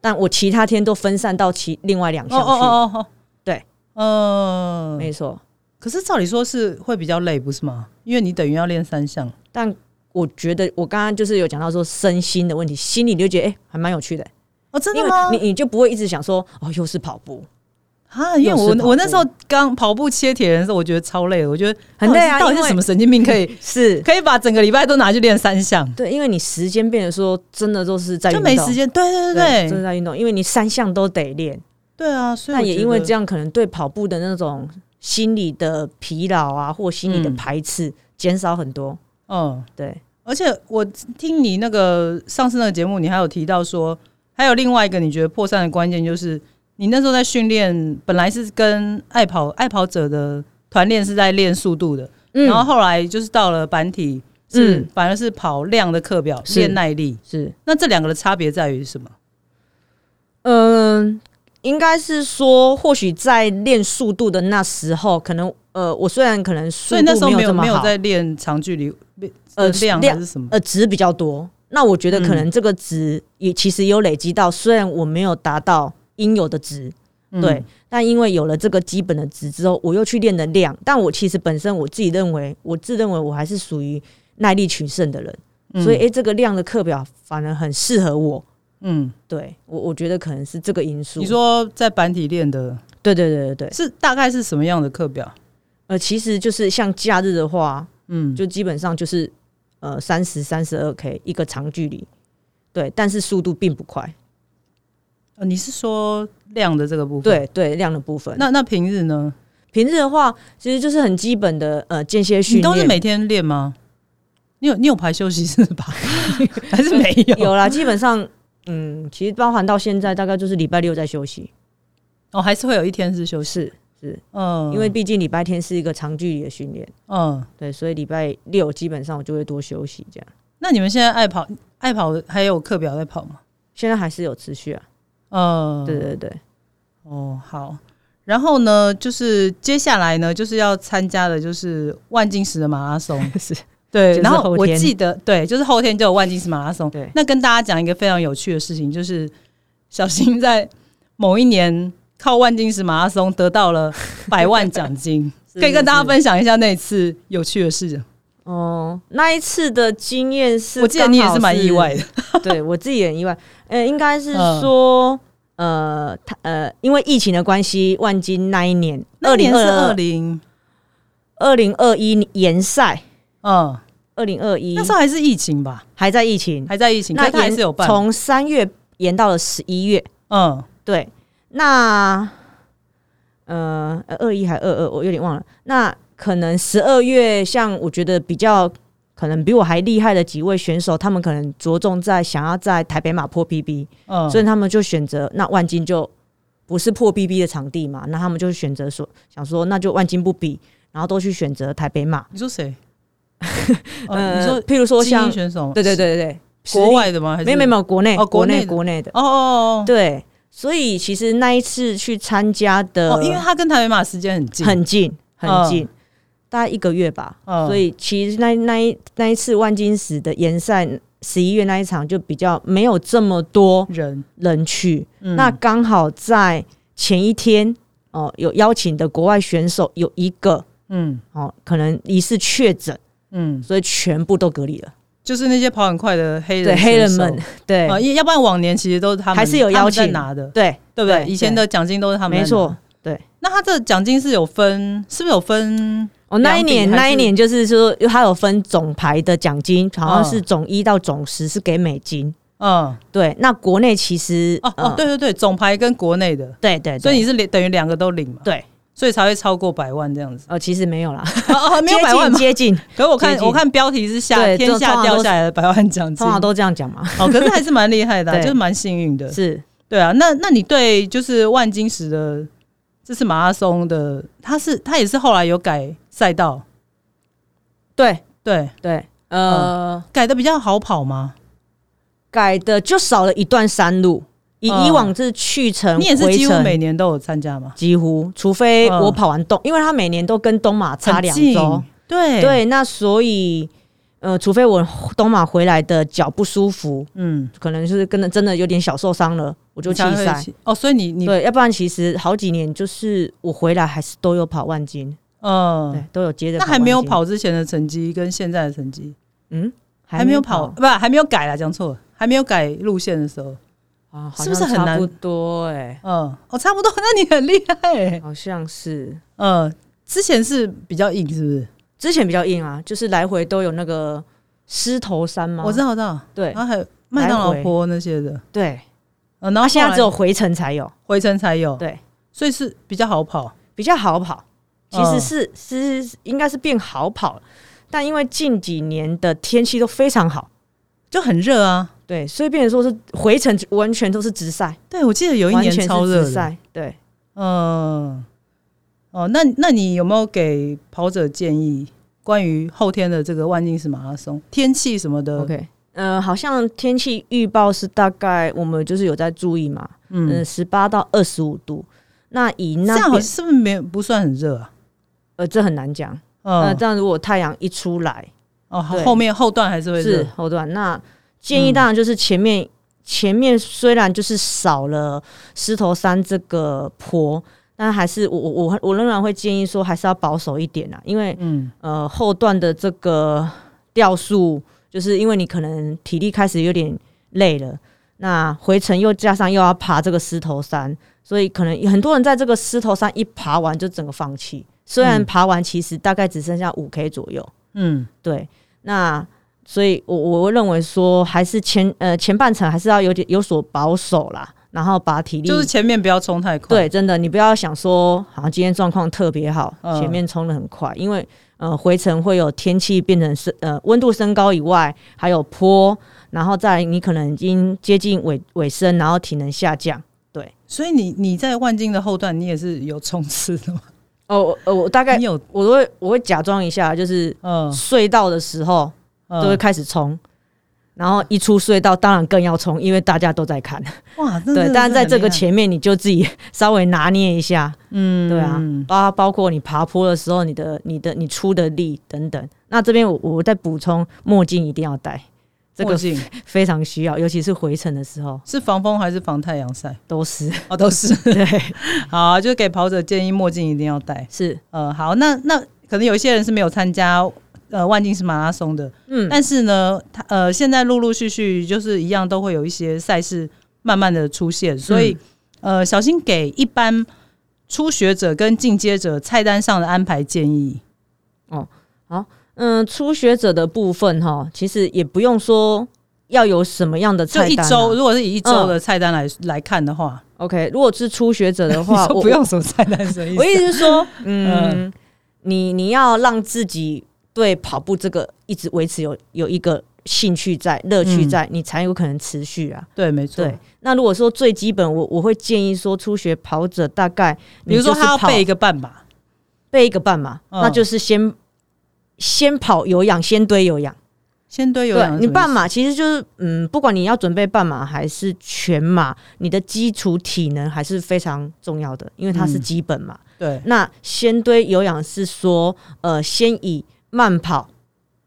Speaker 2: 但我其他天都分散到其另外两
Speaker 1: 哦
Speaker 2: 项去。
Speaker 1: 哦哦哦，哦
Speaker 2: 对，
Speaker 1: 嗯、
Speaker 2: 没错，
Speaker 1: 可是照理说是会比较累，不是吗？因为你等于要练三项。
Speaker 2: 但我觉得我刚刚就是有讲到说身心的问题，心里就觉得哎、诶还蛮有趣的、
Speaker 1: 哦，真
Speaker 2: 因
Speaker 1: 的
Speaker 2: 为
Speaker 1: 吗？
Speaker 2: 你你就不会一直想说哦，又是跑步，
Speaker 1: 啊，因为
Speaker 2: 有时
Speaker 1: 我
Speaker 2: 跑步
Speaker 1: 我那时候刚跑步切铁人的时候，我觉得超累的，我觉得
Speaker 2: 很累啊
Speaker 1: 到底是到底
Speaker 2: 因
Speaker 1: 是
Speaker 2: 为
Speaker 1: 什么神经病可以
Speaker 2: 是
Speaker 1: 可以把整个礼拜都拿去练三项，
Speaker 2: 对，因为你时间变得说真的都是在
Speaker 1: 就
Speaker 2: 运
Speaker 1: 没
Speaker 2: 动
Speaker 1: 时，间。对对对
Speaker 2: 真的
Speaker 1: 对，
Speaker 2: 在运动，因为你三项都得练。
Speaker 1: 对啊，所以
Speaker 2: 那
Speaker 1: 我
Speaker 2: 也
Speaker 1: 觉
Speaker 2: 因为
Speaker 1: 得
Speaker 2: 这样，可能对跑步的那种心理的疲劳啊，或心理的
Speaker 1: 嗯
Speaker 2: 排斥减少很多。
Speaker 1: 嗯，
Speaker 2: 对，
Speaker 1: 而且我听你那个上次那个节目，你还有提到说，还有另外一个你觉得破散的关键就是，你那时候在训练，本来是跟爱跑爱跑者的团练是在练速度的，
Speaker 2: 嗯
Speaker 1: 然后后来就是到了板体，是、
Speaker 2: 嗯
Speaker 1: 反而是跑量的课表
Speaker 2: 是
Speaker 1: 练耐力。
Speaker 2: 是，
Speaker 1: 那这两个的差别在于什么？
Speaker 2: 嗯、应该是说，或许在练速度的那时候，可能呃，我虽然可能速
Speaker 1: 所以
Speaker 2: 度
Speaker 1: 那时候没
Speaker 2: 有这
Speaker 1: 有
Speaker 2: 么
Speaker 1: 没有
Speaker 2: 好，
Speaker 1: 在练长距离，呃
Speaker 2: 呃
Speaker 1: 量还
Speaker 2: 量
Speaker 1: 是什么？
Speaker 2: 呃值比较多，那我觉得可
Speaker 1: 嗯
Speaker 2: 能这个值也其实有累积到，虽然我没有达到应有的值，
Speaker 1: 嗯
Speaker 2: 对，但因为有了这个基本的值之后，我又去练的量，但我其实本身我自己认为，我自认为我还是属于耐力取胜的人，
Speaker 1: 嗯
Speaker 2: 所以诶、这个量的课表反而很适合我。
Speaker 1: 嗯，
Speaker 2: 对我，我觉得可能是这个因素。
Speaker 1: 你，说在板体练的
Speaker 2: 对对对对对，
Speaker 1: 是大概是什么样的课表？
Speaker 2: 呃，其实就是像假日的话，
Speaker 1: 嗯，
Speaker 2: 就基本上就是呃三十三十二 K 一个长距离，对，但是速度并不快，
Speaker 1: 呃，你是说量的这个部分？，
Speaker 2: 对对，量的部分。那
Speaker 1: 那那平日呢？
Speaker 2: 平日的话，其实就是很基本的呃间歇训
Speaker 1: 你
Speaker 2: 练，
Speaker 1: 都是每天练吗？你有你有排休息是吧？ 还是没有？
Speaker 2: 有啦，基本上，嗯，其实包含到现在，大概就是礼拜六在休息，
Speaker 1: 哦，还是会有一天是休息。
Speaker 2: 是
Speaker 1: 嗯，
Speaker 2: 因为毕竟礼拜天是一个长距离的训练，
Speaker 1: 嗯，
Speaker 2: 对，所以礼拜六基本上我就会多休息这样。
Speaker 1: 那你们现在爱跑爱跑还有课表在跑吗？
Speaker 2: 现在还是有持续啊，
Speaker 1: 嗯，
Speaker 2: 对对对，
Speaker 1: 哦，好。然后呢，就是接下来呢，就是要参加的就是万金石的马拉松。
Speaker 2: 是
Speaker 1: 对，
Speaker 2: 就是
Speaker 1: 然后
Speaker 2: 后
Speaker 1: 我
Speaker 2: 天
Speaker 1: 记得，对，就是后天就有万金石马拉松。
Speaker 2: 对
Speaker 1: 那跟大家讲一个非常有趣的事情，就是小新在某一年靠万金石马拉松得到了百万奖金，
Speaker 2: 是
Speaker 1: 可以跟大家
Speaker 2: 是
Speaker 1: 分享一下那一次有趣的事。
Speaker 2: 哦、那一次的经验是，
Speaker 1: 我记得你也是蛮意外，的，
Speaker 2: 对我自己也很意外，呃，应该是
Speaker 1: 嗯
Speaker 2: 说。呃，他呃，因为疫情的关系，万金那一年，
Speaker 1: 那年是二
Speaker 2: 二
Speaker 1: 零，
Speaker 2: 二零二一延赛，
Speaker 1: 嗯，
Speaker 2: 二零二一
Speaker 1: 那时候还是疫情吧，
Speaker 2: 还在疫情，
Speaker 1: 还在疫情，可
Speaker 2: 那
Speaker 1: 是他还
Speaker 2: 延
Speaker 1: 是有办，
Speaker 2: 从三月延到了十一月。
Speaker 1: 嗯，
Speaker 2: 对，那呃二一还二二，我有点忘了。那可能十二月，像我觉得比较可能比我还厉害的几位选手，他们可能着重在想要在台北马破 PB，、
Speaker 1: 嗯，
Speaker 2: 所以他们就选择那万金就不是破 PB 的场地嘛，那他们就选择说想说那就万金不比，然后都去选择台北马。
Speaker 1: 你说 谁？
Speaker 2: 呃
Speaker 1: 嗯，你说
Speaker 2: 譬如说
Speaker 1: 精英
Speaker 2: 像
Speaker 1: 选手吗，
Speaker 2: 呃对对对对对，
Speaker 1: 国外的吗？还是
Speaker 2: 实力没有没有没有国内
Speaker 1: 哦国内
Speaker 2: 内
Speaker 1: 的
Speaker 2: 国内的。
Speaker 1: 哦哦哦
Speaker 2: 对，所以其实那一次去参加的
Speaker 1: 哦，因为他跟台北马时间很近，
Speaker 2: 呃很近
Speaker 1: 嗯
Speaker 2: 很近，大概一个月吧。
Speaker 1: 嗯
Speaker 2: 所以其实那那一那一次万金石的延赛，十一月那一场就比较没有这么多
Speaker 1: 人，
Speaker 2: 人去。
Speaker 1: 嗯
Speaker 2: 那刚好在前一天哦、有邀请的国外选手有一个
Speaker 1: 嗯
Speaker 2: 哦、可能疑似确诊，
Speaker 1: 嗯，
Speaker 2: 所以全部都隔离了。
Speaker 1: 就是那些跑很快的黑人
Speaker 2: 对
Speaker 1: 选手
Speaker 2: 黑人们，对、
Speaker 1: 啊，因为要不然往年其实都是他们
Speaker 2: 还是有邀请
Speaker 1: 他们在拿的，
Speaker 2: 对，
Speaker 1: 对不对？
Speaker 2: 对
Speaker 1: 以前的奖金都是他们，
Speaker 2: 没。错。
Speaker 1: 那他这奖金是有分，是不是有分？
Speaker 2: 哦，那一年
Speaker 1: 两笔还是
Speaker 2: 那一年就是说，它有分总牌的奖金，好像
Speaker 1: 嗯
Speaker 2: 是总一到总十是给美金。
Speaker 1: 嗯，
Speaker 2: 对，那国内其实
Speaker 1: 哦哦，
Speaker 2: 呃
Speaker 1: 对对对，总牌跟国内的，
Speaker 2: 对对，
Speaker 1: 所以
Speaker 2: 对
Speaker 1: 你是连等于两个都领嘛？
Speaker 2: 对，
Speaker 1: 所以才会超过百万这样
Speaker 2: 。
Speaker 1: 子
Speaker 2: 哦其实没有啦，
Speaker 1: 哦，哦 没有百万吗？
Speaker 2: 接 近，接近
Speaker 1: 可是我看
Speaker 2: 接近
Speaker 1: 我看标题是下
Speaker 2: 对
Speaker 1: 天
Speaker 2: 这
Speaker 1: 下
Speaker 2: 通常都
Speaker 1: 掉
Speaker 2: 是
Speaker 1: 下来的百万奖金
Speaker 2: 通，常都这样讲嘛。
Speaker 1: 哦，可是还是蛮厉害的啊，
Speaker 2: 对
Speaker 1: 就是蛮幸运的。
Speaker 2: 是
Speaker 1: 对啊，那那你对就是万金石的这次马拉松的，它是它也是后来有改赛道，
Speaker 2: 对
Speaker 1: 对，
Speaker 2: 对，呃，
Speaker 1: 改的比较好跑吗？
Speaker 2: 改的就少了一段山路，以
Speaker 1: 嗯
Speaker 2: 以往是去程
Speaker 1: 你也是
Speaker 2: 回
Speaker 1: 几乎
Speaker 2: 程
Speaker 1: 每年都有参加吗？
Speaker 2: 几乎，除非
Speaker 1: 嗯
Speaker 2: 我跑完东，因为它每年都跟东马差
Speaker 1: 很
Speaker 2: 两
Speaker 1: 近
Speaker 2: 周，，
Speaker 1: 对，
Speaker 2: 对，那所以呃，除非我东马回来的脚不舒服，
Speaker 1: 嗯，
Speaker 2: 可能就是跟真的有点小受伤了，我就
Speaker 1: 你
Speaker 2: 弃
Speaker 1: 才会
Speaker 2: 赛。
Speaker 1: 起哦，所以你你
Speaker 2: 对，要不然其实好几年就是我回来还是都有跑万金，对
Speaker 1: 嗯，，
Speaker 2: 都有接着。
Speaker 1: 那还没有，跑之前的成绩跟现在的成绩
Speaker 2: 嗯，
Speaker 1: 还没有跑，，不还没有改啦，讲错了，还没有改路线的时候，
Speaker 2: 啊，好
Speaker 1: 是不是
Speaker 2: 像
Speaker 1: 很难
Speaker 2: 差不多哎、
Speaker 1: 嗯，哦，差不多， 那你很厉害欸。
Speaker 2: 好像是
Speaker 1: 嗯，之前是比较硬，是不是？
Speaker 2: 之前比较硬啊，就是来回都有那个狮头山嘛，
Speaker 1: 我知道，我啊知道。
Speaker 2: 嗯对
Speaker 1: 然后还有麦当劳
Speaker 2: 来回
Speaker 1: 坡那些的，
Speaker 2: 对，
Speaker 1: 呃，然后
Speaker 2: 然后现
Speaker 1: 后
Speaker 2: 在
Speaker 1: 来
Speaker 2: 只有回程才有，
Speaker 1: 回程才有，
Speaker 2: 对，
Speaker 1: 所以是比较好跑。
Speaker 2: 比较好跑，其
Speaker 1: 嗯
Speaker 2: 实是、是应该是变好跑了，但因为近几年的天气都非常好，
Speaker 1: 就很热啊。
Speaker 2: 对，所以变成说是回程完全都是直赛，
Speaker 1: 对，我记得有一
Speaker 2: 完
Speaker 1: 年
Speaker 2: 全是
Speaker 1: 超热
Speaker 2: 直
Speaker 1: 的。
Speaker 2: 赛，对，
Speaker 1: 嗯，哦，那那你有没有给跑者建议关于后天的这个万金石马拉松天气什么的
Speaker 2: OK，呃，好像天气预报是大概我们就是有在注意嘛，嗯，
Speaker 1: 嗯，
Speaker 2: 十八到二十五度。那以
Speaker 1: 这样
Speaker 2: 那
Speaker 1: 好
Speaker 2: 边
Speaker 1: 是不是没有不算很热啊？
Speaker 2: 呃，这很难讲。呃，
Speaker 1: 嗯，
Speaker 2: 这样如果太阳一出来
Speaker 1: 哦，
Speaker 2: 对
Speaker 1: 后面后段还是会
Speaker 2: 是
Speaker 1: 热。
Speaker 2: 后段，那建
Speaker 1: 嗯
Speaker 2: 议当然就是前面、前面虽然就是少了狮头山这个坡，但还是我我我我仍然会建议说还是要保守一点啊，因为
Speaker 1: 嗯，
Speaker 2: 呃后段的这个掉速，就是因为你可能体力开始有点累了，那回程又加上又要爬这个狮头山，所以可能很多人在这个狮头山一爬完就整个放弃。虽然
Speaker 1: 嗯
Speaker 2: 爬完其实大概只剩下五 K 左右，
Speaker 1: 嗯，
Speaker 2: 对，那所以我我会认为说还是前呃前半程还是要有点有所保守啦，然后把体力
Speaker 1: 就是前面不要冲太快。，
Speaker 2: 对，真的，你不要想说好像今天状况特别好，
Speaker 1: 嗯
Speaker 2: 前面冲的很快，因为呃回程会有天气变成升呃温度升高以外，还有坡，然后再来你可能已经接近尾尾声，然后体能下降。
Speaker 1: 所以你你在万金的后段，你也是有冲刺的吗？
Speaker 2: 哦，我呃我大概
Speaker 1: 你有，
Speaker 2: 我都会我会假装一下，就是
Speaker 1: 嗯，
Speaker 2: 隧道的时候
Speaker 1: 嗯
Speaker 2: 都会开始冲。然后一出隧道，当然更要冲，因为大家都在看。
Speaker 1: 哇，真的
Speaker 2: 对，
Speaker 1: 是
Speaker 2: 但是在
Speaker 1: 很
Speaker 2: 这个
Speaker 1: 厉害，
Speaker 2: 前面，你就自己 稍微拿捏一下。
Speaker 1: 嗯
Speaker 2: 对啊，包包括你爬坡的时候，你的、你的、你出的力等等。那这边我我再补充，墨镜一定要戴，这
Speaker 1: 墨
Speaker 2: 个
Speaker 1: 镜
Speaker 2: 非常需要，尤其是回程的时候
Speaker 1: 是防风还是防太阳晒？
Speaker 2: 都是。
Speaker 1: 哦，都是。
Speaker 2: 对，
Speaker 1: 好啊，就给跑者建议，墨镜一定要戴。
Speaker 2: 是，
Speaker 1: 呃，好，那那可能有一些人是没有参加呃万金石马拉松的，
Speaker 2: 嗯，
Speaker 1: 但是呢，他呃现在陆陆续续就是一样都会有一些赛事慢慢的出
Speaker 2: 嗯
Speaker 1: 现，所以、呃小心给一般初学者跟进阶者菜单上的安排建议。
Speaker 2: 嗯，初学者的部分哈，其实也不用说要有什么样的
Speaker 1: 就
Speaker 2: 菜
Speaker 1: 一
Speaker 2: 单啊、嗯
Speaker 1: 周，如果是以一周的菜单来、来看的话，
Speaker 2: OK，如果是初学者 的
Speaker 1: 你
Speaker 2: 话，
Speaker 1: 说
Speaker 2: 我
Speaker 1: 不用什么菜单什么意
Speaker 2: 我
Speaker 1: 思？
Speaker 2: 意思是说，嗯，你你要让自己对跑步这个一直维持有有一个兴趣在、乐趣
Speaker 1: 嗯
Speaker 2: 在，你才有可能持续啊。
Speaker 1: 对，没错。
Speaker 2: 对，那如果说最基本，我我会建议说，初学跑者大概，
Speaker 1: 比如说
Speaker 2: 你就是
Speaker 1: 他要
Speaker 2: 跑
Speaker 1: 背一个半马，
Speaker 2: 背一个半马，
Speaker 1: 嗯
Speaker 2: 那就是先先跑有氧，先堆有氧。
Speaker 1: 先堆有
Speaker 2: 对
Speaker 1: 氧是什么意
Speaker 2: 你
Speaker 1: 思。
Speaker 2: 半马其实就是，嗯，不管你要准备半马还是全马，你的基础体能还是非常重要的，因为它是
Speaker 1: 嗯
Speaker 2: 基本嘛。
Speaker 1: 对，
Speaker 2: 那先堆有氧是说，呃，先以慢跑，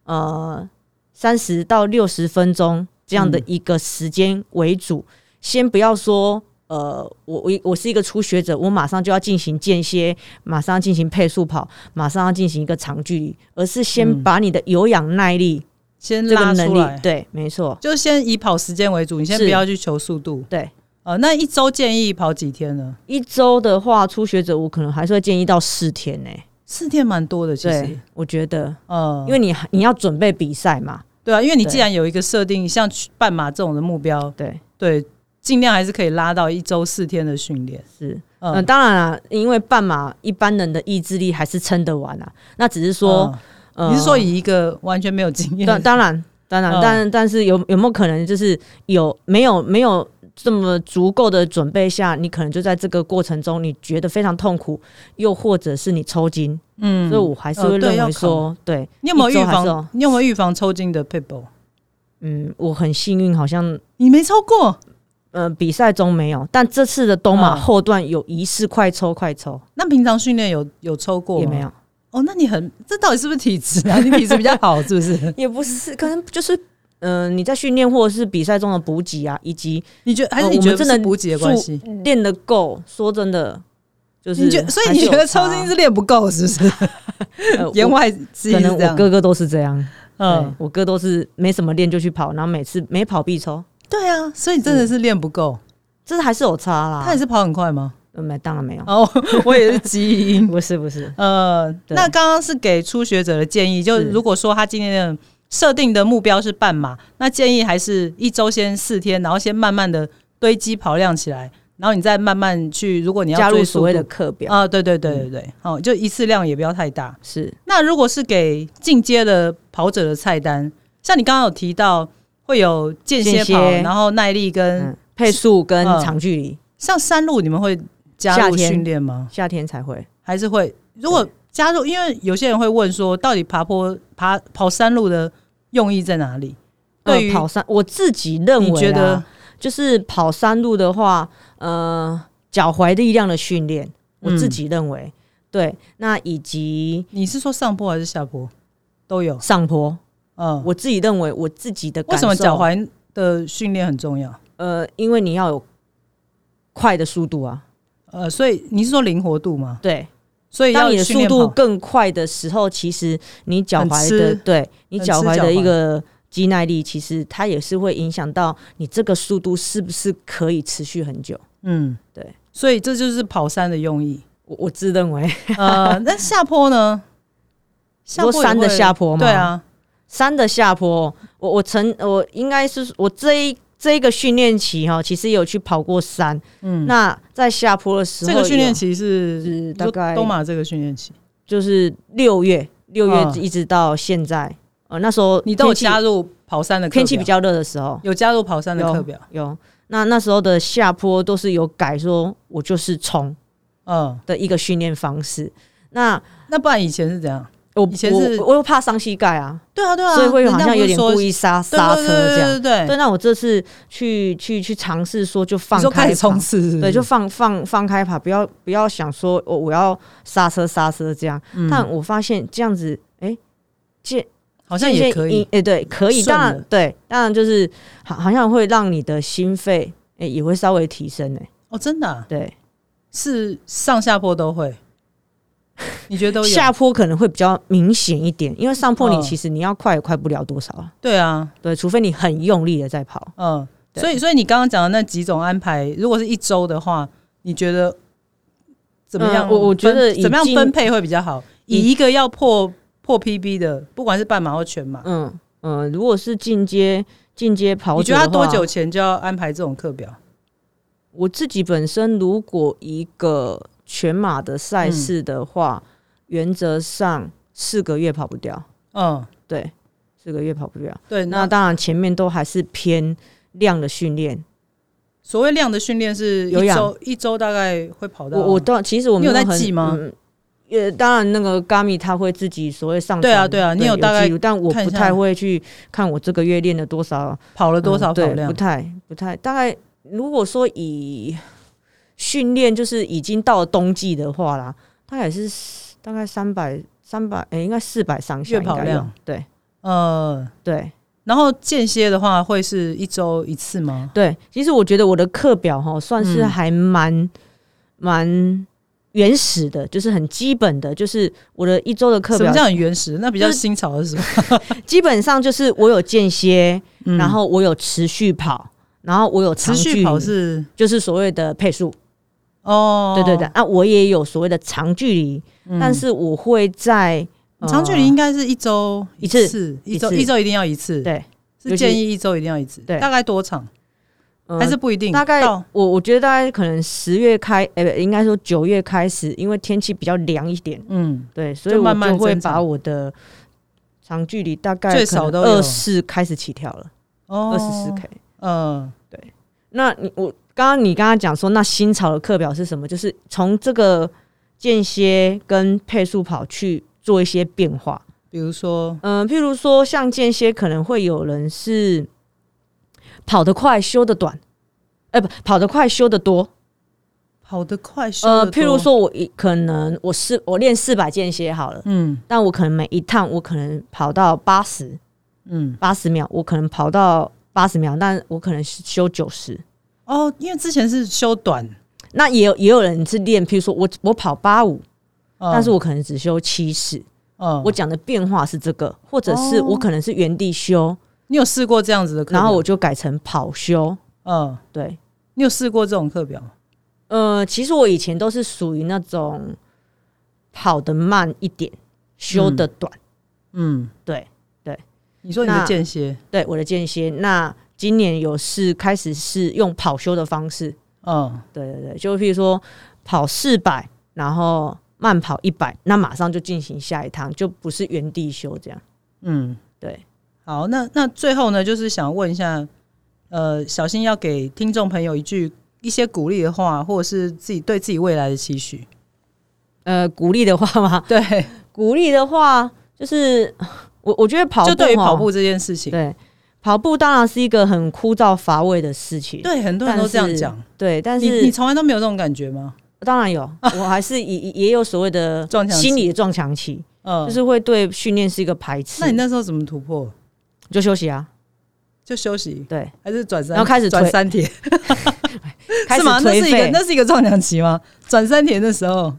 Speaker 2: 呃，三十到六十分钟这样的
Speaker 1: 嗯
Speaker 2: 一个时间为主，先不要说。呃，我我我是一个初学者，我马上就要进行间歇，马上要进行配速跑，马上要进行一个长距离，而是先
Speaker 1: 嗯
Speaker 2: 把你的有氧耐力、
Speaker 1: 先
Speaker 2: 这个
Speaker 1: 拉
Speaker 2: 能
Speaker 1: 出来
Speaker 2: 力，。对，没错，
Speaker 1: 就先以跑时间为主，你先
Speaker 2: 是
Speaker 1: 不要去求速度。
Speaker 2: 对，
Speaker 1: 呃，那一周建议跑几天呢？
Speaker 2: 一周的话，初学者我可能还是会建议到四天呢、
Speaker 1: 四天蛮多的，其
Speaker 2: 对
Speaker 1: 实，，
Speaker 2: 我觉得，
Speaker 1: 呃，
Speaker 2: 因为你你要准备比赛嘛，
Speaker 1: 对啊，因为你
Speaker 2: 对
Speaker 1: 既然有一个设定，像去半马这种的目标，
Speaker 2: 对，
Speaker 1: 对，尽量还是可以拉到一周四天的训练。
Speaker 2: 是。嗯、
Speaker 1: 嗯，
Speaker 2: 当然啦，因为半马一般人的意志力还是撑得完啊。那只是说，
Speaker 1: 嗯
Speaker 2: 呃
Speaker 1: 你是说以一个完全没有经验
Speaker 2: 当
Speaker 1: 的，
Speaker 2: 当然当然，
Speaker 1: 嗯
Speaker 2: 但但是有有没有可能就是有没有没有这么足够的准备下，你可能就在这个过程中你觉得非常痛苦，又或者是你抽筋，
Speaker 1: 嗯
Speaker 2: 所以我还是
Speaker 1: 呃
Speaker 2: 会
Speaker 1: 对
Speaker 2: 认
Speaker 1: 要
Speaker 2: 为说，对，
Speaker 1: 你有没有
Speaker 2: 一周
Speaker 1: 预
Speaker 2: 还是
Speaker 1: 防
Speaker 2: 哦？
Speaker 1: 你有没有预防抽筋的 people？
Speaker 2: 嗯，我很幸运，好像。
Speaker 1: 你没抽过，
Speaker 2: 呃，比赛中没有，但这次的东马
Speaker 1: 嗯
Speaker 2: 后段有疑似快抽快抽，
Speaker 1: 那平常训练有有抽过
Speaker 2: 也
Speaker 1: 吗
Speaker 2: 没有，
Speaker 1: 哦，那你很这到底是不是体质啊？ 你体质比较好是不是？
Speaker 2: 也不是，可能就是嗯、呃你在训练或者是比赛中的补给啊，以及
Speaker 1: 你觉得还是
Speaker 2: 呃
Speaker 1: 你
Speaker 2: 我
Speaker 1: 觉得
Speaker 2: 们真
Speaker 1: 不是
Speaker 2: 的
Speaker 1: 补给的
Speaker 2: 注
Speaker 1: 关系？
Speaker 2: 练的够，说真的，就是
Speaker 1: 你觉所以你觉得抽筋是练不够，是不是？
Speaker 2: 是有差、呃
Speaker 1: 言
Speaker 2: 我
Speaker 1: 外之意是
Speaker 2: 可
Speaker 1: 这
Speaker 2: 能我
Speaker 1: 样。
Speaker 2: 哥哥都是这样，嗯
Speaker 1: 嗯，，
Speaker 2: 我哥都是没什么练就去跑，然后每次没跑必抽，
Speaker 1: 对啊，所以真的是练不够。
Speaker 2: 这还是有差啦。
Speaker 1: 他也是跑很快吗？
Speaker 2: 呃没，当然没有，
Speaker 1: 哦，我也是基因。
Speaker 2: 不是不是，
Speaker 1: 呃，
Speaker 2: 对
Speaker 1: 那刚刚是给初学者的建议，就是如果说他今天的设定的目标是半马，那建议还是一周先四天，然后先慢慢的堆积跑量起来，然后你再慢慢去，如果你要
Speaker 2: 加
Speaker 1: 追
Speaker 2: 入
Speaker 1: 速
Speaker 2: 所谓
Speaker 1: 度
Speaker 2: 的嗯课表、
Speaker 1: 啊，对对对对对，哦，就一次量也不要太大。
Speaker 2: 是
Speaker 1: 那如果是给进阶的跑者的菜单，像你刚刚有提到会有间歇
Speaker 2: 间歇
Speaker 1: 跑，然后耐力跟、
Speaker 2: 嗯，配速跟
Speaker 1: 嗯
Speaker 2: 长距离，
Speaker 1: 像山路，你们会加
Speaker 2: 夏
Speaker 1: 入
Speaker 2: 天
Speaker 1: 训练吗？
Speaker 2: 夏天才会。
Speaker 1: 还是会。如果加入，因为有些人会问说，到底爬坡爬跑山路的用意在哪里？对于
Speaker 2: 呃、跑啊山，我自己认为
Speaker 1: 你
Speaker 2: 啦
Speaker 1: 觉得
Speaker 2: 就是跑山路的话，呃，脚踝力量的训练，我
Speaker 1: 嗯
Speaker 2: 自己认为、对。那以及
Speaker 1: 你是说上坡还是下坡都有？
Speaker 2: 上坡，
Speaker 1: 嗯，
Speaker 2: 我自己认为我自己的
Speaker 1: 为
Speaker 2: 感
Speaker 1: 什
Speaker 2: 受
Speaker 1: 么脚？踝的训练很重要？
Speaker 2: 呃，因为你要有快的速度啊，
Speaker 1: 呃，所以你是说灵活度吗？
Speaker 2: 对。
Speaker 1: 所以要
Speaker 2: 当你的
Speaker 1: 训
Speaker 2: 速
Speaker 1: 练
Speaker 2: 度
Speaker 1: 跑
Speaker 2: 更快的时候，其实你脚
Speaker 1: 很
Speaker 2: 踝
Speaker 1: 吃
Speaker 2: 的对你
Speaker 1: 很
Speaker 2: 脚
Speaker 1: 吃
Speaker 2: 踝
Speaker 1: 脚
Speaker 2: 的一
Speaker 1: 踝
Speaker 2: 个肌耐力，其实它也是会影响到你这个速度是不是可以持续很久。
Speaker 1: 嗯，
Speaker 2: 对，
Speaker 1: 所以这就是跑山的用 意。
Speaker 2: 我我自认为，
Speaker 1: 呃，那下坡呢？下
Speaker 2: 说
Speaker 1: 坡也
Speaker 2: 山的
Speaker 1: 会
Speaker 2: 下坡吗？
Speaker 1: 对，啊，
Speaker 2: 山的下坡，我我曾我应该是我这一这一个训练期哈，其实有去跑过山。
Speaker 1: 嗯，
Speaker 2: 那在下坡的时候
Speaker 1: 这
Speaker 2: 有，
Speaker 1: 个训练期是
Speaker 2: 是
Speaker 1: 你
Speaker 2: 大
Speaker 1: 说
Speaker 2: 概
Speaker 1: 东马这个训练期，
Speaker 2: 就是六月，六月
Speaker 1: 嗯
Speaker 2: 一直到现在。呃，那时候
Speaker 1: 你都有
Speaker 2: 天气
Speaker 1: 加入跑山的课
Speaker 2: 天气比
Speaker 1: 表
Speaker 2: 较热的时候，
Speaker 1: 有加入跑山的
Speaker 2: 有
Speaker 1: 课表，
Speaker 2: 有。那那时候的下坡都是有改，说我就是冲
Speaker 1: 嗯。
Speaker 2: 的一个训练方式。那
Speaker 1: 那不然以前是怎样？
Speaker 2: 我
Speaker 1: 以前是
Speaker 2: 我我又怕伤膝盖啊，
Speaker 1: 对啊，对
Speaker 2: 所以会好像有点故
Speaker 1: 意
Speaker 2: 意刹刹车这样。
Speaker 1: 对对对
Speaker 2: 对，那我这次去去去尝试说就放
Speaker 1: 你说
Speaker 2: 开
Speaker 1: 开始冲
Speaker 2: 跑
Speaker 1: 刺是不是，
Speaker 2: 对，就放放放开跑，不要不要想说我我要刹车刹车这样。
Speaker 1: 嗯
Speaker 2: 但我发现这样子，哎、渐
Speaker 1: 好像
Speaker 2: 渐
Speaker 1: 也
Speaker 2: 渐
Speaker 1: 可
Speaker 2: 一
Speaker 1: 以
Speaker 2: 哎、对，可以。
Speaker 1: 顺
Speaker 2: 当
Speaker 1: 了
Speaker 2: 然，对，当然就是好，好像会让你的心肺哎、也会稍微提升哎、
Speaker 1: 哦，真的啊
Speaker 2: 对，
Speaker 1: 是上下坡都会，你觉得都有？
Speaker 2: 下坡可能会比较明显一点，因为上坡
Speaker 1: 嗯
Speaker 2: 你其实你要快也快不了多少啊。
Speaker 1: 对啊，
Speaker 2: 对，除非你很用力的在跑。
Speaker 1: 嗯，
Speaker 2: 对
Speaker 1: 所以所以你刚刚讲的那几种安排，如果是一周的话，你觉得怎么样分？
Speaker 2: 嗯我我觉得已经
Speaker 1: 怎么样分配会比较好？
Speaker 2: 已
Speaker 1: 以一个要破破 PB 的，不管是半马或全马，
Speaker 2: 嗯嗯、呃如果是进阶进阶跑
Speaker 1: 你
Speaker 2: 者
Speaker 1: 觉
Speaker 2: 的
Speaker 1: 得
Speaker 2: 话，
Speaker 1: 他多久前就要安排这种课表？
Speaker 2: 我自己本身如果一个全马的赛事的话，原则上四个月跑不掉，
Speaker 1: 嗯，
Speaker 2: 对，四个月跑不掉。
Speaker 1: 对，
Speaker 2: 那当然前面都还是偏量的训练。
Speaker 1: 所谓量的训练是
Speaker 2: 有
Speaker 1: 一
Speaker 2: 氧
Speaker 1: 周一周大概会跑到
Speaker 2: 我我当其实我没
Speaker 1: 你有
Speaker 2: 很
Speaker 1: 在记吗
Speaker 2: 嗯也当然，那个 Gami 他会自己所谓上传
Speaker 1: 对啊对啊你有大概
Speaker 2: 记录但我
Speaker 1: 看一
Speaker 2: 不
Speaker 1: 下
Speaker 2: 太会去看我这个月练了多少
Speaker 1: 跑了多少
Speaker 2: 嗯
Speaker 1: 跑
Speaker 2: 对
Speaker 1: 量
Speaker 2: 不？太不太，大概如果说以训练就是已经到了冬季的话啦，大概也是四大概三百三百，哎，应该四百上下
Speaker 1: 月跑
Speaker 2: 应该有
Speaker 1: 量，
Speaker 2: 对
Speaker 1: 呃，
Speaker 2: 对
Speaker 1: 然后间歇的话会是一周一次吗？
Speaker 2: 对。其实我觉得我的课表哈，算是
Speaker 1: 嗯
Speaker 2: 还蛮蛮、原始的，就是很基本的，就是我的一周的课
Speaker 1: 什么叫
Speaker 2: 表
Speaker 1: 很原始？那比较
Speaker 2: 就是
Speaker 1: 新潮的 是什么？
Speaker 2: 基本上就是我有间歇，
Speaker 1: 嗯
Speaker 2: 然后我有持续跑，然后我有
Speaker 1: 持
Speaker 2: 长距
Speaker 1: 续跑
Speaker 2: 离
Speaker 1: 是
Speaker 2: 就是所谓的配速。
Speaker 1: 哦，
Speaker 2: 对对对，啊，我也有所谓的长距离，
Speaker 1: 嗯，
Speaker 2: 但是我会在、呃
Speaker 1: 长距离应该是一周
Speaker 2: 一次
Speaker 1: 次，一
Speaker 2: 一
Speaker 1: 周
Speaker 2: 次
Speaker 1: 一周一定要一次，
Speaker 2: 对，
Speaker 1: 是
Speaker 2: 尤其
Speaker 1: 建议一周一定要一次，
Speaker 2: 对
Speaker 1: 大概多长？
Speaker 2: 呃
Speaker 1: 还是不一定？
Speaker 2: 大概
Speaker 1: 到
Speaker 2: 我我觉得大概可能十月开，哎、不应该说九月开始，因为天气比较凉一点，
Speaker 1: 嗯，
Speaker 2: 对，所以我
Speaker 1: 慢慢
Speaker 2: 就会
Speaker 1: 增长
Speaker 2: 把我的长距离大概
Speaker 1: 最少都有
Speaker 2: 二四开始起跳了，
Speaker 1: 哦
Speaker 2: 二十四 K。
Speaker 1: 嗯，
Speaker 2: 那你我刚刚你刚刚讲说，那新潮的课表是什么？就是从这个间歇跟配速跑去做一些变化。
Speaker 1: 比如说
Speaker 2: 嗯、譬如说像间歇，可能会有人是跑得快，休得短，哎、不，跑得快，休得多。
Speaker 1: 跑得快，修
Speaker 2: 呃
Speaker 1: 得，
Speaker 2: 譬如
Speaker 1: 多，
Speaker 2: 说我一可能我是我练四百间歇好了，
Speaker 1: 嗯
Speaker 2: 但我可能每一趟我可能跑到八十
Speaker 1: 嗯，
Speaker 2: 八十秒，我可能跑到八十秒，但我可能是休九十。
Speaker 1: 哦，因为之前是修短，
Speaker 2: 那也有也有人是练，譬如说我我跑八五、
Speaker 1: 嗯
Speaker 2: 但是我可能只休七十。
Speaker 1: 嗯
Speaker 2: 我讲的变化是这个，或者是
Speaker 1: 哦
Speaker 2: 我可能是原地休，
Speaker 1: 你有试过这样子的课表？
Speaker 2: 然后我就改成跑休。
Speaker 1: 嗯，
Speaker 2: 对，
Speaker 1: 你有试过这种课表吗？
Speaker 2: 呃，其实我以前都是属于那种跑得慢一点，修得短。
Speaker 1: 嗯，
Speaker 2: 对
Speaker 1: 你说你的
Speaker 2: 那
Speaker 1: 间歇，
Speaker 2: 对，我的间歇。那今年有试开始是用跑修的方式，
Speaker 1: 嗯，
Speaker 2: 对对对，就譬如说跑四百，然后慢跑一百，那马上就进行下一趟，就不是原地修这样。
Speaker 1: 嗯，
Speaker 2: 对，
Speaker 1: 好，那那最后呢，就是想问一下，呃，小新要给听众朋友一句一些鼓励的话，或者是自己对自己未来的期许。
Speaker 2: 呃，鼓励的话嘛，
Speaker 1: 对，
Speaker 2: 鼓励的话就是我我觉得跑步
Speaker 1: 就对于
Speaker 2: 哦
Speaker 1: 跑步这件事情，
Speaker 2: 对跑步当然是一个很枯燥乏味的事情。
Speaker 1: 对很多人都这样讲。
Speaker 2: 对，但
Speaker 1: 你
Speaker 2: 是
Speaker 1: 你从来都没有这种感觉吗？
Speaker 2: 当 然有，我还是也也也有所谓的
Speaker 1: 撞墙期
Speaker 2: 心理的撞墙期，
Speaker 1: 嗯，
Speaker 2: 就是会对训练是一个排斥。
Speaker 1: 那你那时候怎么突破？
Speaker 2: 就休息啊，
Speaker 1: 就休息
Speaker 2: 对，
Speaker 1: 还是转三？
Speaker 2: 然后开始
Speaker 1: 转
Speaker 2: 推
Speaker 1: 三铁，
Speaker 2: 开
Speaker 1: 是
Speaker 2: 始
Speaker 1: 吗？那
Speaker 2: 颓
Speaker 1: 是一个
Speaker 2: 废。哦
Speaker 1: 那是一个撞墙期吗？转三铁的时候，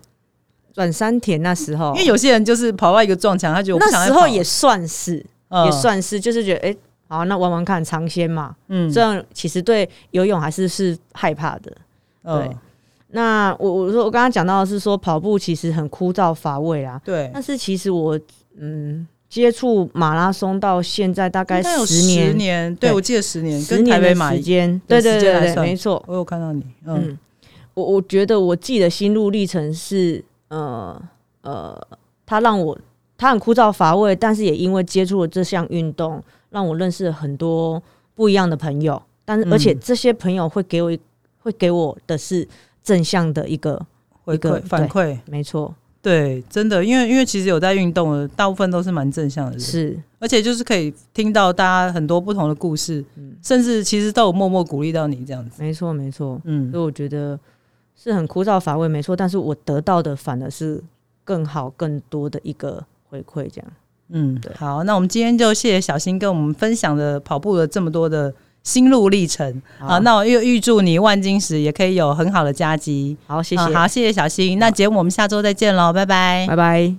Speaker 2: 转山田那时候，
Speaker 1: 因为有些人就是跑到一个撞墙，他觉得我不想
Speaker 2: 那
Speaker 1: 再
Speaker 2: 时候
Speaker 1: 跑
Speaker 2: 也算是、
Speaker 1: 嗯
Speaker 2: 也算是，就是觉得哎、诶好，那玩玩看尝鲜嘛。
Speaker 1: 嗯
Speaker 2: 这样其实对游泳还是是害怕的。
Speaker 1: 嗯
Speaker 2: 对那我我说我刚刚讲到的是说跑步其实很枯燥乏味啦，
Speaker 1: 对，
Speaker 2: 但是其实我嗯接触马拉松到现在大概
Speaker 1: 应该有
Speaker 2: 十
Speaker 1: 十
Speaker 2: 年，
Speaker 1: 年，对
Speaker 2: 对
Speaker 1: 我记得十年，
Speaker 2: 十
Speaker 1: 跟台
Speaker 2: 年
Speaker 1: 北
Speaker 2: 的
Speaker 1: 马
Speaker 2: 时
Speaker 1: 一，
Speaker 2: 间，
Speaker 1: 对
Speaker 2: 对
Speaker 1: 时
Speaker 2: 对
Speaker 1: 间来
Speaker 2: 对对，
Speaker 1: 算
Speaker 2: 没错。
Speaker 1: 我有看到你，嗯
Speaker 2: 嗯，我我觉得我自己的心路历程是，呃呃，它让我它很枯燥乏味，但是也因为接触了这项运动，让我认识了很多不一样的朋友。但是
Speaker 1: 嗯
Speaker 2: 而且这些朋友会给我一会给我的是正向的一个，
Speaker 1: 回
Speaker 2: 一个
Speaker 1: 馈反
Speaker 2: 对
Speaker 1: 馈，
Speaker 2: 没错，
Speaker 1: 对，真的，因为因为其实有在运动的，大部分都是蛮正向的人，
Speaker 2: 是
Speaker 1: 而且就是可以听到大家很多不同的故事，
Speaker 2: 嗯
Speaker 1: 甚至其实都有默默鼓励到你这样子，
Speaker 2: 没错没错。
Speaker 1: 嗯
Speaker 2: 所以我觉得是很枯燥乏味，没错。但是我得到的反而是更好、更多的一个回馈，这样。
Speaker 1: 嗯
Speaker 2: 对，
Speaker 1: 好，那我们今天就谢谢小新跟我们分享的跑步的这么多的心路历程啊，那我又预祝你万金石也可以有很好的佳绩，
Speaker 2: 好，谢
Speaker 1: 啊
Speaker 2: 谢，
Speaker 1: 好，谢谢小新，那节目我们下周再见喽，拜拜
Speaker 2: 拜拜。